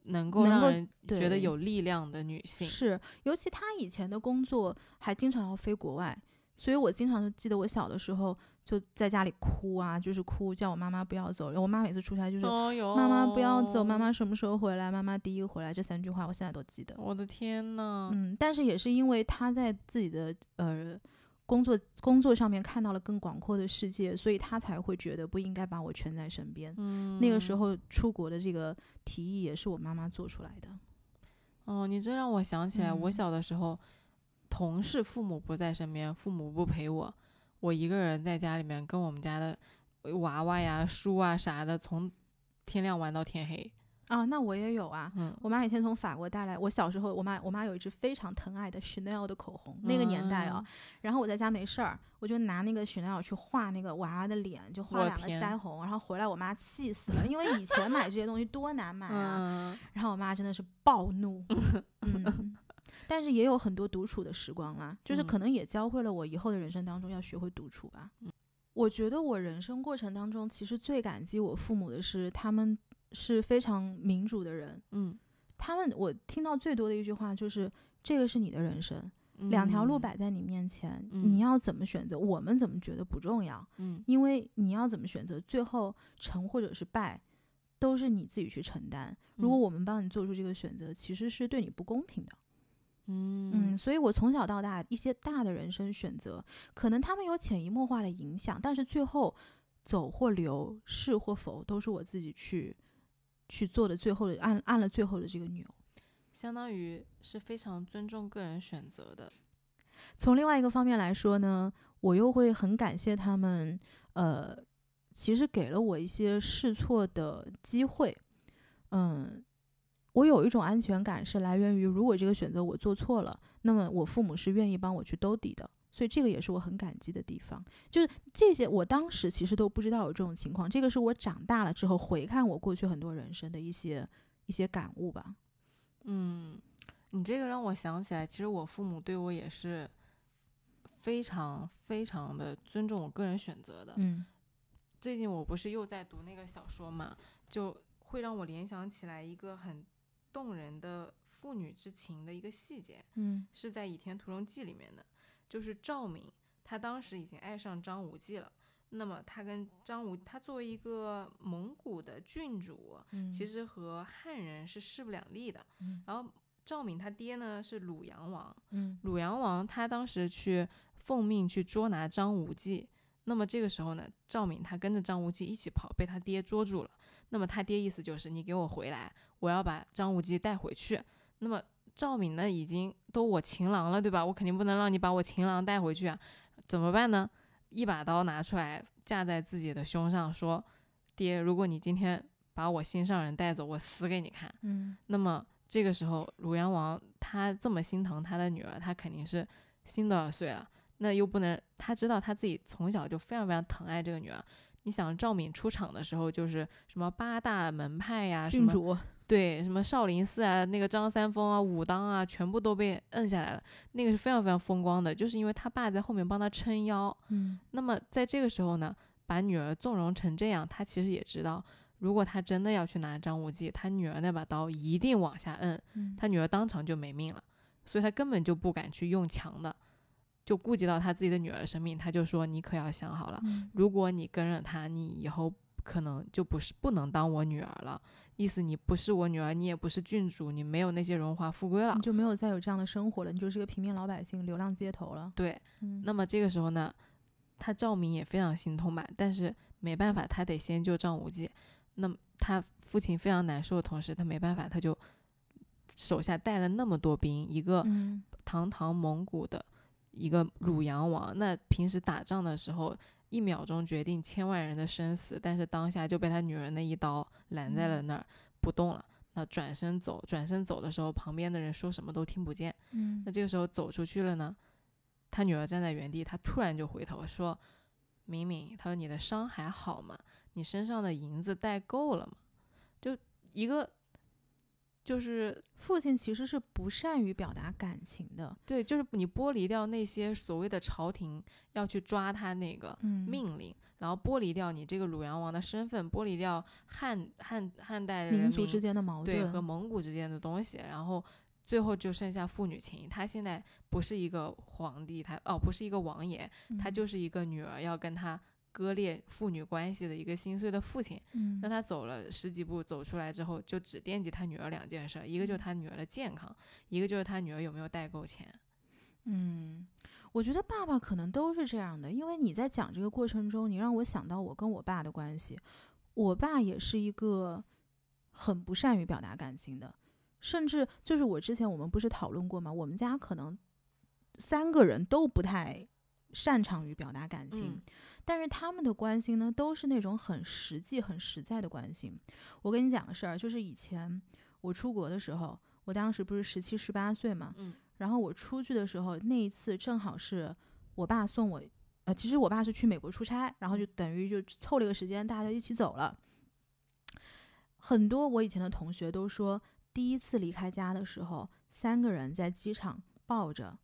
S2: 能够
S1: 能
S2: 让
S1: 够
S2: 人觉得
S1: 对
S2: 有力量的女性。
S1: 是，尤其她以前的工作还经常要飞国外，所以我经常就记得我小的时候就在家里哭啊，就是哭，叫我妈妈不要走。然后我妈每次出差就是、
S2: 哦哟，
S1: 妈妈不要走，妈妈，什么时候回来？妈妈第一回来”这三句话，我现在都记得。
S2: 我的天呐，
S1: 嗯，但是也是因为她在自己的呃工作工作上面看到了更广阔的世界，所以她才会觉得不应该把我圈在身边。
S2: 嗯，
S1: 那个时候出国的这个提议也是我妈妈做出来的。
S2: 哦，你这让我想起来，我
S1: 嗯
S2: 小的时候，同事父母不在身边，父母不陪我，我一个人在家里面跟我们家的娃娃呀、书啊啥的，从天亮玩到天黑。
S1: 啊，那我也有啊，
S2: 嗯，
S1: 我妈以前从法国带来，我小时候，我妈我妈有一支非常疼爱的 Chanel 的口红，那个年代
S2: 嗯
S1: 啊。然后我在家没事儿，我就拿那个 Chanel 去画那个娃娃的脸，就画
S2: 我
S1: 两个
S2: 天
S1: 腮红。然后回来我妈气死了，因为以前买这些东西多难买啊。
S2: 嗯，
S1: 然后我妈真的是暴怒， 嗯。但是也有很多独处的时光啦，就是
S2: 嗯
S1: 可能也教会了我以后的人生当中要学会独处吧。我觉得我人生过程当中，其实最感激我父母的是，他们是非常民主的人，
S2: 嗯，
S1: 他们我听到最多的一句话就是：“这个是你的人生，两条路
S2: 嗯，
S1: 摆在你面前，
S2: 嗯
S1: 你要怎么选择？我们怎么觉得不重要，
S2: 嗯
S1: 因为你要怎么选择，最后成或者是败，都是你自己去承担。如果
S2: 嗯
S1: 我们帮你做出这个选择，其实是对你不公平的。”嗯，
S2: 嗯
S1: 所以我从小到大一些大的人生选择，可能他们有潜移默化的影响，但是最后走或留，是或否，都是我自己去去做的最后的按按了最后的这个钮。
S2: 相当于是非常尊重个人选择的。
S1: 从另外一个方面来说呢，我又会很感谢他们，呃，其实给了我一些试错的机会。嗯，我有一种安全感是来源于，如果这个选择我做错了，那么我父母是愿意帮我去兜底的。所以这个也是我很感激的地方，就是这些我当时其实都不知道有这种情况，这个是我长大了之后回看我过去很多人生的一些一些感悟吧。
S2: 嗯，你这个让我想起来，其实我父母对我也是非常非常的尊重我个人选择的。
S1: 嗯
S2: 最近我不是又在读那个小说嘛，就会让我联想起来一个很动人的父女之情的一个细节，
S1: 嗯
S2: 是在《倚天屠龙记》里面的，就是赵敏，她当时已经爱上张无忌了。那么她跟张无，她作为一个蒙古的郡主，
S1: 嗯
S2: 其实和汉人是势不两立的。
S1: 嗯
S2: 然后赵敏她爹呢是鲁阳王，
S1: 嗯
S2: 鲁阳王他当时去奉命去捉拿张无忌，那么这个时候呢，赵敏他跟着张无忌一起跑，被他爹捉住了。那么他爹意思就是你给我回来，我要把张无忌带回去。那么赵敏呢，已经都我情郎了，对吧？我肯定不能让你把我情郎带回去啊，怎么办呢？一把刀拿出来架在自己的胸上，说：“爹，如果你今天把我心上人带走，我死给你看。”
S1: 嗯
S2: 那么这个时候，鲁阳王他这么心疼他的女儿，他肯定是心都要碎了。那又不能，他知道他自己从小就非常非常疼爱这个女儿。你想，赵敏出场的时候就是什么八大门派呀、什
S1: 郡
S2: 么
S1: 主，
S2: 对什么少林寺啊、那个张三丰啊、武当啊，全部都被摁下来了。那个是非常非常风光的，就是因为他爸在后面帮他撑腰，
S1: 嗯
S2: 那么在这个时候呢，把女儿纵容成这样，他其实也知道，如果他真的要去拿张无忌，他女儿那把刀一定往下摁，
S1: 嗯
S2: 他女儿当场就没命了，所以他根本就不敢去用强的，就顾及到他自己的女儿的生命，他就说：“你可要想好了，
S1: 嗯
S2: 如果你跟着他，你以后可能就不是不能当我女儿了，意思你不是我女儿，你也不是郡主，你没有那些荣华富贵了
S1: 你。”就没有再有这样的生活了，你就是个平民老百姓，流浪街头了。
S2: 对，
S1: 嗯，
S2: 那么这个时候呢，他赵敏也非常心痛吧，但是没办法，他得先救张无忌。那么他父亲非常难受的同时，他没办法，他就手下带了那么多兵，一个
S1: 嗯
S2: 堂堂蒙古的一个鲁阳王，那平时打仗的时候。一秒钟决定千万人的生死，但是当下就被他女人的一刀拦在了那儿，不动了。那转身走，转身走的时候，旁边的人说什么都听不见。
S1: 嗯
S2: 那这个时候走出去了呢，他女儿站在原地，他突然就回头说：“敏敏，他说你的伤还好吗？你身上的银子带够了吗？”就一个，就是
S1: 父亲其实是不善于表达感情的，
S2: 对，就是你剥离掉那些所谓的朝廷要去抓他那个
S1: 嗯，
S2: 命令，然后剥离掉你这个鲁阳王的身份，剥离掉汉汉汉代人
S1: 民
S2: 民
S1: 族之间的矛
S2: 对
S1: 盾
S2: 和蒙古之间的东西，然后最后就剩下父女情。他现在不是一个皇帝，他哦不是一个王爷，他
S1: 嗯
S2: 就是一个女儿要跟他割裂父女关系的一个心碎的父亲。
S1: 嗯
S2: 那他走了十几步走出来之后，就只惦记他女儿两件事儿，一个就是他女儿的健康，一个就是他女儿有没有带够钱。
S1: 嗯，我觉得爸爸可能都是这样的，因为你在讲这个过程中，你让我想到我跟我爸的关系。我爸也是一个很不善于表达感情的，甚至就是我之前我们不是讨论过吗？我们家可能三个人都不太擅长于表达感情，
S2: 嗯
S1: 但是他们的关心呢，都是那种很实际、很实在的关心。我跟你讲个事儿，就是以前我出国的时候，我当时不是十七、十八岁嘛，
S2: 嗯
S1: 然后我出去的时候，那一次正好是我爸送我，呃，其实我爸是去美国出差，然
S2: 嗯
S1: 后就等于就凑了个时间，大家就一起走了。很多我以前的同学都说，第一次离开家的时候，三个人在机场抱着，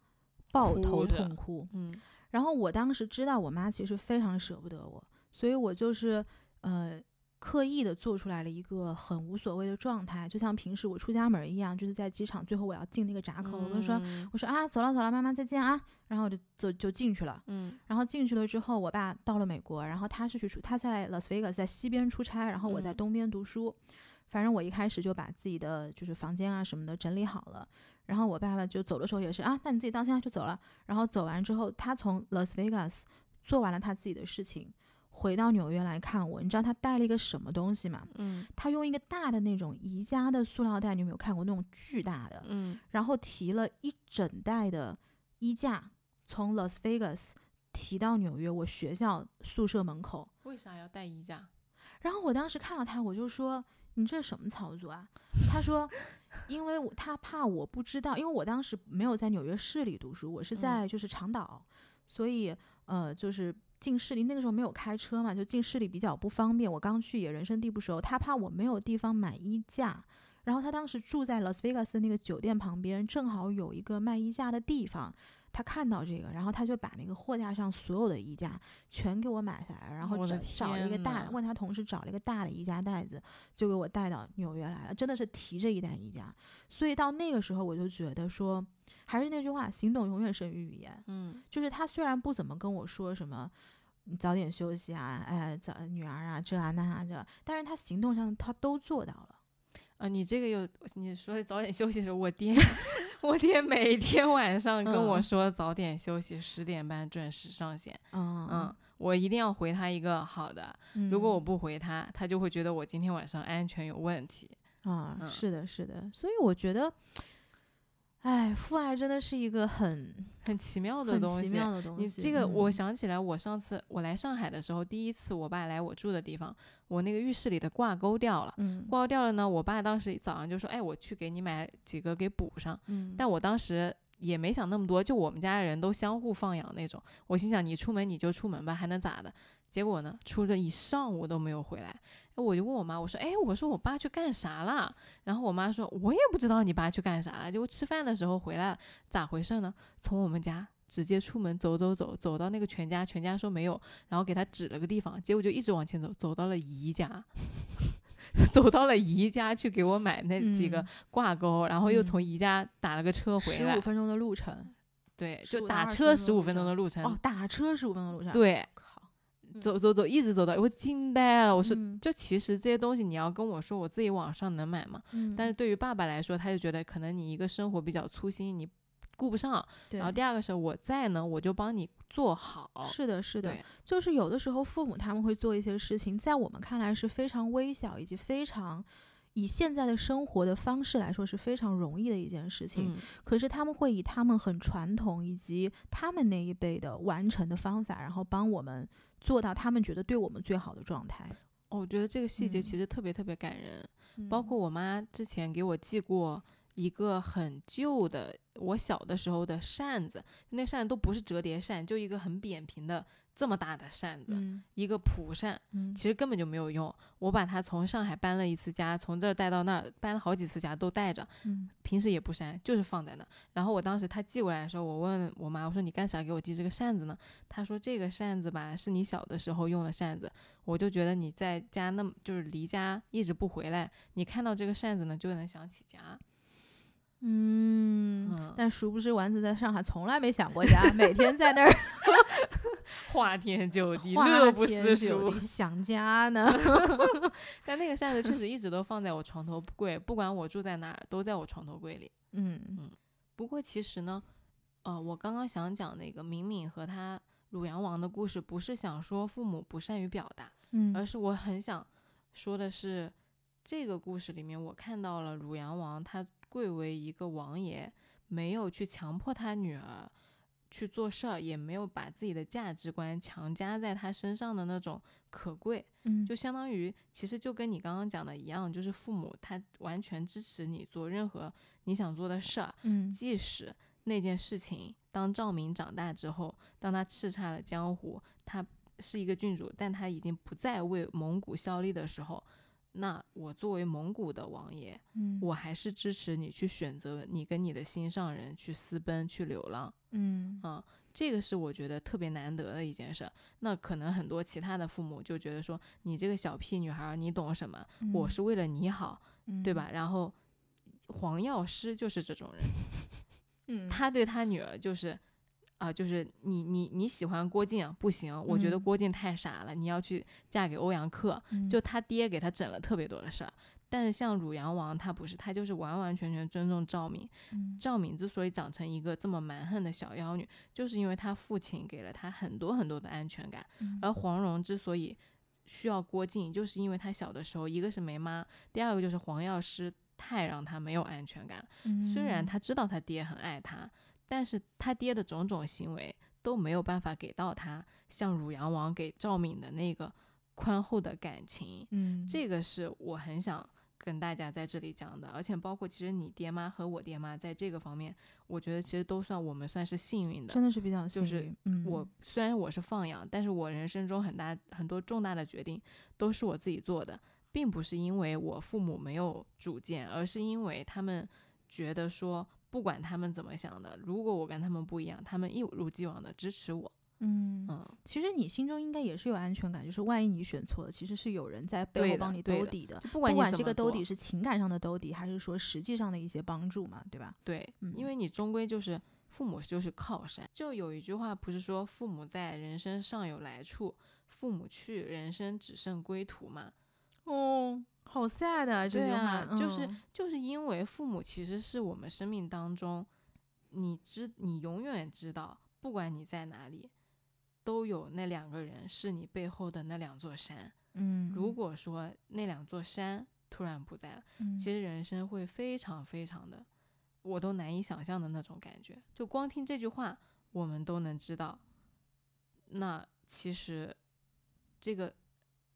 S1: 抱头
S2: 哭着
S1: 痛哭。
S2: 嗯
S1: 然后我当时知道我妈其实非常舍不得我，所以我就是呃刻意的做出来了一个很无所谓的状态，就像平时我出家门一样，就是在机场最后我要进那个闸口，我跟说
S2: 嗯
S1: 我说啊走了走了，妈妈再见啊，然后我就走就进去了。
S2: 嗯
S1: 然后进去了之后，我爸到了美国，然后他是去出他在 Las Vegas 在西边出差，然后我在
S2: 嗯
S1: 东边读书。反正我一开始就把自己的就是房间啊什么的整理好了，然后我爸爸就走的时候也是啊，那你自己当心啊，就走了。然后走完之后，他从 Las Vegas 做完了他自己的事情，回到纽约来看我。你知道他带了一个什么东西吗？
S2: 嗯
S1: 他用一个大的那种宜家的塑料袋，你有没有看过那种巨大的？
S2: 嗯
S1: 然后提了一整袋的衣架，从 Las Vegas 提到纽约我学校宿舍门口。
S2: 为啥要带衣架？
S1: 然后我当时看到他，我就说：“你这什么操作啊？”他说：“因为我他怕我不知道，因为我当时没有在纽约市里读书，我是
S2: 嗯
S1: 在就是长岛，所以呃就是。”进市里那个时候没有开车嘛，就进市里比较不方便。我刚去也人生地不熟，他怕我没有地方买衣架，然后他当时住在 Las Vegas 的那个酒店旁边，正好有一个卖衣架的地方，他看到这个，然后他就把那个货架上所有的衣架全给我买下来，然后
S2: 我
S1: 找
S2: 的
S1: 找了一个
S2: 天
S1: 大
S2: 呐，
S1: 问他同事找了一个大的宜家袋子，就给我带到纽约来了，真的是提着一袋宜家。所以到那个时候，我就觉得说，还是那句话，行动永远胜于语言。
S2: 嗯
S1: 就是他虽然不怎么跟我说什么，你早点休息啊，哎，早女儿啊，这啊那啊这，但是他行动上他都做到了。
S2: 啊，你这个有你说早点休息的时候，我爹 我爹每天晚上跟我
S1: 嗯
S2: 说早点休息，十点半准时上线。嗯
S1: 嗯，
S2: 我一定要回他一个好的，
S1: 嗯
S2: 如果我不回他，他就会觉得我今天晚上安全有问题。
S1: 啊，
S2: 嗯
S1: 是的，是的，所以我觉得，哎，父爱真的是一个很
S2: 很奇妙的
S1: 很
S2: 东
S1: 奇
S2: 西。
S1: 妙的东西。
S2: 你这个，我
S1: 嗯
S2: 想起来，我上次我来上海的时候，第一次我爸来我住的地方，我那个浴室里的挂钩掉了，
S1: 嗯
S2: 挂钩掉了呢。我爸当时早上就说：“哎，我去给你买几个给补上。”
S1: 嗯，
S2: 但我当时也没想那么多，就我们家人都相互放养那种。我心想，你出门你就出门吧，还能咋的？结果呢，出了一上午都没有回来。哎我就问我妈，我说，哎，我说我爸去干啥了？然后我妈说，我也不知道你爸去干啥了。结果吃饭的时候回来了，咋回事呢？从我们家直接出门走走走，走到那个全家，全家说没有，然后给他指了个地方，结果就一直往前走，走到了宜家， 走到了宜家去给我买那几个
S1: 嗯
S2: 挂钩，然后又
S1: 嗯
S2: 从宜家打了个车回
S1: 十
S2: 来，
S1: 五分钟的路程，
S2: 对，
S1: 15
S2: 就
S1: 到
S2: 打
S1: 20
S2: 车
S1: 分钟
S2: 十
S1: 的
S2: 五
S1: 路
S2: 分钟的
S1: 程
S2: 路程，
S1: 哦，打车十五分钟的路程，，
S2: 嗯对，
S1: 靠，
S2: 走走走，一直走到我惊呆了，我说。
S1: 嗯
S2: 就其实这些东西，你要跟我说我自己网上能买吗？
S1: 嗯
S2: 但是对于爸爸来说，他就觉得可能你一个生活比较粗心，你顾不上。
S1: 对
S2: 然后第二个是我在呢，我就帮你做好。
S1: 是的，是的
S2: 对，
S1: 就是有的时候父母他们会做一些事情，在我们看来是非常微小以及非常以现在的生活的方式来说是非常容易的一件事情，
S2: 嗯，
S1: 可是他们会以他们很传统以及他们那一辈的完成的方法，然后帮我们做到他们觉得对我们最好的状态，
S2: 哦我觉得这个细节
S1: 嗯
S2: 其实特别特别感人。包括我妈之前给我寄过一个很旧的我小的时候的扇子，那扇都不是折叠扇，就一个很扁平的这么大的扇子，
S1: 嗯
S2: 一个蒲扇，
S1: 嗯
S2: 其实根本就没有用。我把它从上海搬了一次家，从这儿带到那儿，搬了好几次家都带着，
S1: 嗯
S2: 平时也不扇，就是放在那儿。然后我当时他寄过来的时候，我问我妈，我说你干啥给我寄这个扇子呢？她说这个扇子吧，是你小的时候用的扇子。我就觉得你在家那么就是离家一直不回来，你看到这个扇子呢，就能想起家。
S1: 嗯。
S2: 嗯，
S1: 但殊不知，丸子在上海从来没想过家，每天在那儿
S2: 花天酒
S1: 花天酒地。想家 呢。
S2: 但那个扇子确实一直都放在我床头柜，不管我住在哪儿，都在我床头柜里。
S1: 嗯
S2: 不过其实呢，呃，我刚刚想讲那个敏敏和她鲁阳王的故事，不是想说父母不善于表达，而
S1: 嗯
S2: 是我很想说的是，这个故事里面我看到了汝阳王他贵为一个王爷，没有去强迫他女儿去做事儿，也没有把自己的价值观强加在他身上的那种可贵，
S1: 嗯，
S2: 就相当于其实就跟你刚刚讲的一样，就是父母他完全支持你做任何你想做的事儿，
S1: 嗯
S2: 即使那件事情，当赵明长大之后，当他叱咤了江湖，他是一个郡主，但他已经不再为蒙古效力的时候，那我作为蒙古的王爷，
S1: 嗯
S2: 我还是支持你去选择你跟你的心上人去私奔、去流浪。
S1: 嗯
S2: 啊，这个是我觉得特别难得的一件事儿。那可能很多其他的父母就觉得说，你这个小屁女孩儿，你懂什么？
S1: 嗯
S2: 我是为了你好，对吧？？然后黄药师就是这种人。
S1: 嗯，
S2: 他对他女儿就是，啊、就是你你你喜欢郭靖啊不行，我觉得
S1: 嗯
S2: 郭靖太傻了，你要去嫁给欧阳克。就他爹给他整了特别多的事儿，但是像汝阳王他不是，他就是完完全全尊重赵敏。
S1: 嗯
S2: 赵敏之所以长成一个这么蛮横的小妖女，就是因为她父亲给了她很多很多的安全感。
S1: 嗯
S2: 而黄蓉之所以需要郭靖，就是因为她小的时候，一个是没妈，第二个就是黄药师太让她没有安全感了。
S1: 嗯
S2: 虽然他知道他爹很爱他，但是他爹的种种行为都没有办法给到他像汝阳王给赵敏的那个宽厚的感情。
S1: 嗯
S2: 这个是我很想跟大家在这里讲的，而且包括其实你爹妈和我爹妈在这个方面，我觉得其实都算我们算是幸运的。
S1: 真的是比较
S2: 就
S1: 幸
S2: 是
S1: 运。嗯，
S2: 我虽然我是放养，但是我人生中很大很多重大的决定都是我自己做的，并不是因为我父母没有主见，而是因为他们觉得说，不管他们怎么想的，如果我跟他们不一样，他们一如既往的支持我。
S1: 嗯，
S2: 嗯，
S1: 其实你心中应该也是有安全感，就是万一你选错了，其实是有人在背
S2: 对
S1: 后
S2: 的
S1: 帮你
S2: 对
S1: 兜
S2: 的
S1: 底的。
S2: 就不
S1: 不
S2: 管你
S1: 管
S2: 怎
S1: 这
S2: 么
S1: 个兜
S2: 做
S1: 底是情感上的兜底，还是说实际上的一些帮助嘛，对吧？
S2: 对，
S1: 嗯
S2: 因为你终归就是父母就是靠山。就有一句话不是说父母在人生尚有来处，父母去人生只剩归途嘛。
S1: 哦，好 sad 啊，这
S2: 对
S1: 句话、
S2: 啊就是
S1: 嗯
S2: 就是因为父母其实是我们生命当中，你知你永远知道，不管你在哪里，都有那两个人是你背后的那两座山。
S1: 嗯，
S2: 如果说那两座山突然不在了，
S1: 嗯
S2: 其实人生会非常非常的，我都难以想象的那种感觉。就光听这句话，我们都能知道，那其实这个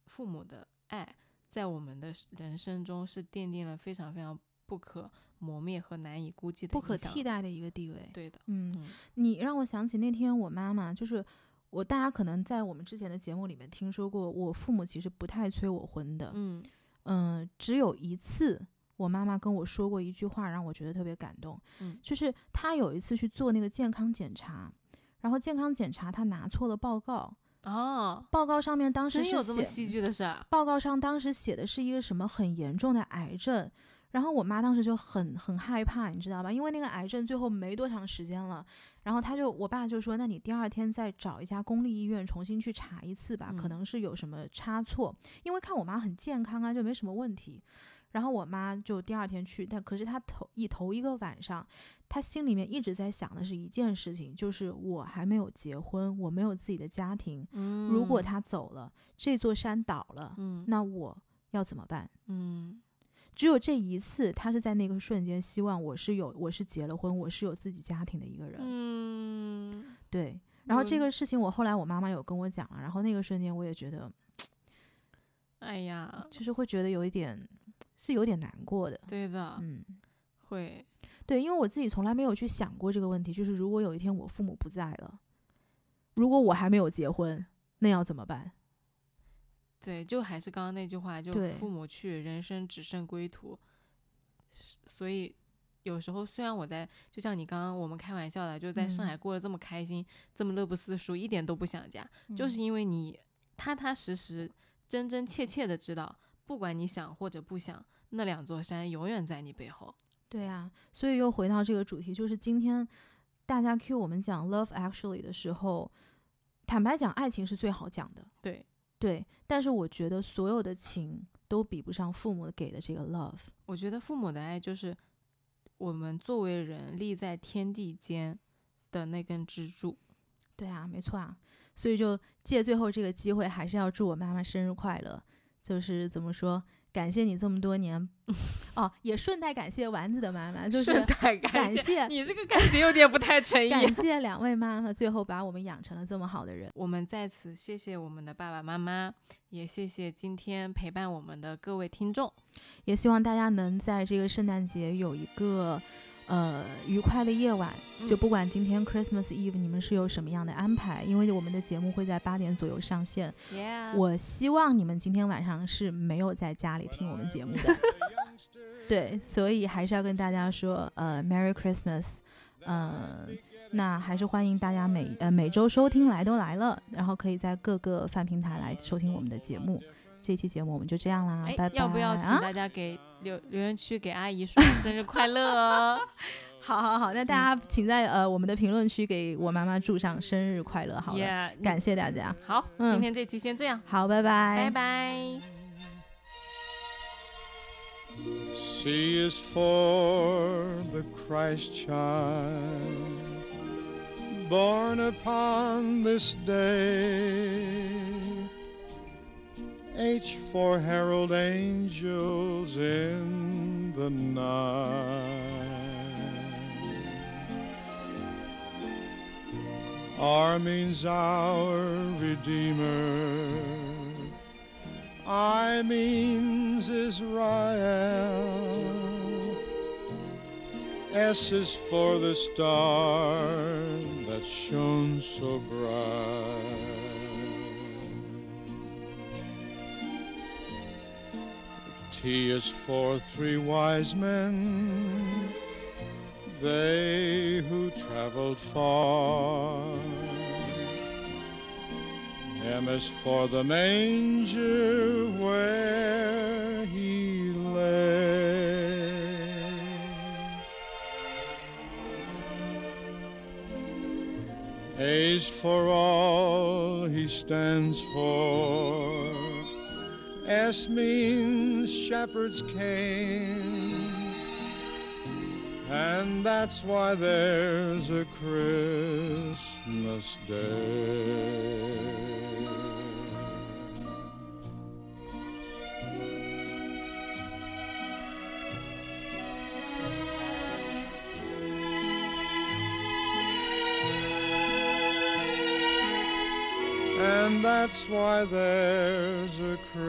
S2: 父母的爱在我们的人生中是奠定了非常非常不可磨灭和难以估计的
S1: 不可
S2: 影响
S1: 替。代的一个地位。
S2: 对的，
S1: 嗯，
S2: 嗯
S1: 你让我想起那天我妈妈，就是我大家可能在我们之前的节目里面听说过，我父母其实不太催我婚的。
S2: 嗯
S1: 嗯、只有一次，我妈妈跟我说过一句话，让我觉得特别感动。
S2: 嗯
S1: 就是她有一次去做那个健康检查，然后健康检查她拿错了报告，
S2: 哦，
S1: 报告上面当时
S2: 真有
S1: 是
S2: 这么
S1: 写，
S2: 戏剧的事儿？啊
S1: 报告上当时写的是一个什么很严重的癌症。然后我妈当时就很很害怕，你知道吧？因为那个癌症最后没多长时间了，然后她就，我爸就说，那你第二天再找一家公立医院重新去查一次吧，可
S2: 嗯
S1: 能是有什么差错。因为看我妈很健康啊，就没什么问题。然后我妈就第二天去，但可是她头一头一个晚上，她心里面一直在想的是一件事情，就是我还没有结婚，我没有自己的家庭，
S2: 嗯，
S1: 如果他走了，这座山倒了，
S2: 嗯
S1: 那我要怎么办？
S2: 嗯
S1: 只有这一次，他是在那个瞬间希望我是有，我是结了婚，我是有自己家庭的一个人。
S2: 嗯，
S1: 对。然后这
S2: 嗯
S1: 个事情，我后来我妈妈有跟我讲了，啊然后那个瞬间我也觉得，
S2: 哎呀，
S1: 嗯就是会觉得有一点，是有点难过的。
S2: 啊对的，
S1: 嗯
S2: 会，
S1: 对，因为我自己从来没有去想过这个问题，就是如果有一天我父母不在了，如果我还没有结婚，那要怎么办？
S2: 对，就还是刚刚那句话，就
S1: 对
S2: 父母去，人生只剩归途。是所以有时候虽然我在，就像你刚刚我们开玩笑的，就在
S1: 嗯
S2: 上海过得这么开心，这么乐不思蜀，一点都不想家，
S1: 嗯
S2: 就是因为你踏踏实实、真真切切的知道，不管你想或者不想，那两座山永远在你背后。
S1: 对啊，所以又回到这个主题，就是今天大家 Q 我们讲《Love Actually》的时候，坦白讲，爱情是最好讲的，
S2: 对，
S1: 对。但是我觉得所有的情都比不上父母给的这个 love。
S2: 我觉得父母的爱就是我们作为人立在天地间的那根支柱。
S1: 对啊，没错啊。所以就借最后这个机会，还是要祝我妈妈生日快乐。就是怎么说，感谢你这么多年，哦，也顺带感谢丸子的妈妈，就是
S2: 顺带感
S1: 感
S2: 谢
S1: 谢
S2: 你这个感觉有点不太诚意。啊
S1: 感谢两位妈妈，最后把我们养成了这么好的人。
S2: 我们在此谢谢我们的爸爸妈妈，也谢谢今天陪伴我们的各位听众。
S1: 也希望大家能在这个圣诞节有一个呃愉快的夜晚。就
S2: 嗯
S1: 不管今天 Christmas Eve 你们是有什么样的安排，因为我们的节目会在八点左右上线。
S2: Yeah，
S1: 我希望你们今天晚上是没有在家里听我们节目的， 对，所以还是要跟大家说，呃，Merry Christmas，嗯、那还是欢迎大家每呃每周收听，来都来了，然后可以在各个泛平台来收听我们的节目。这期节目我们就这样啦，
S2: 哎
S1: 拜，拜。
S2: 要不要请
S1: 啊？
S2: 大家给留留言区给阿姨说生日快乐哦？
S1: 好好好，那大家请在呃我们的评论区给我妈妈祝上生日快乐，好了
S2: Yeah，你
S1: 感谢大家，
S2: 好，
S1: 嗯
S2: 今天这期先这样，
S1: 好，拜拜，
S2: 拜拜。
S3: C is for the Christ child, born upon this day. H for herald angels in the night. R means our Redeemer. I means Israel. S is for the star that shone so bright. T is for three wise men, they who traveled far. M is for the manger where he lay. A's for all he stands for. S means shepherds came. And that's why there's a Christmas day. And that's why there's a Christmas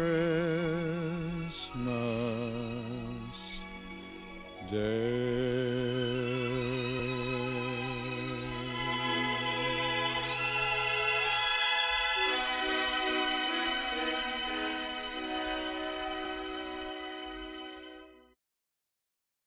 S3: day.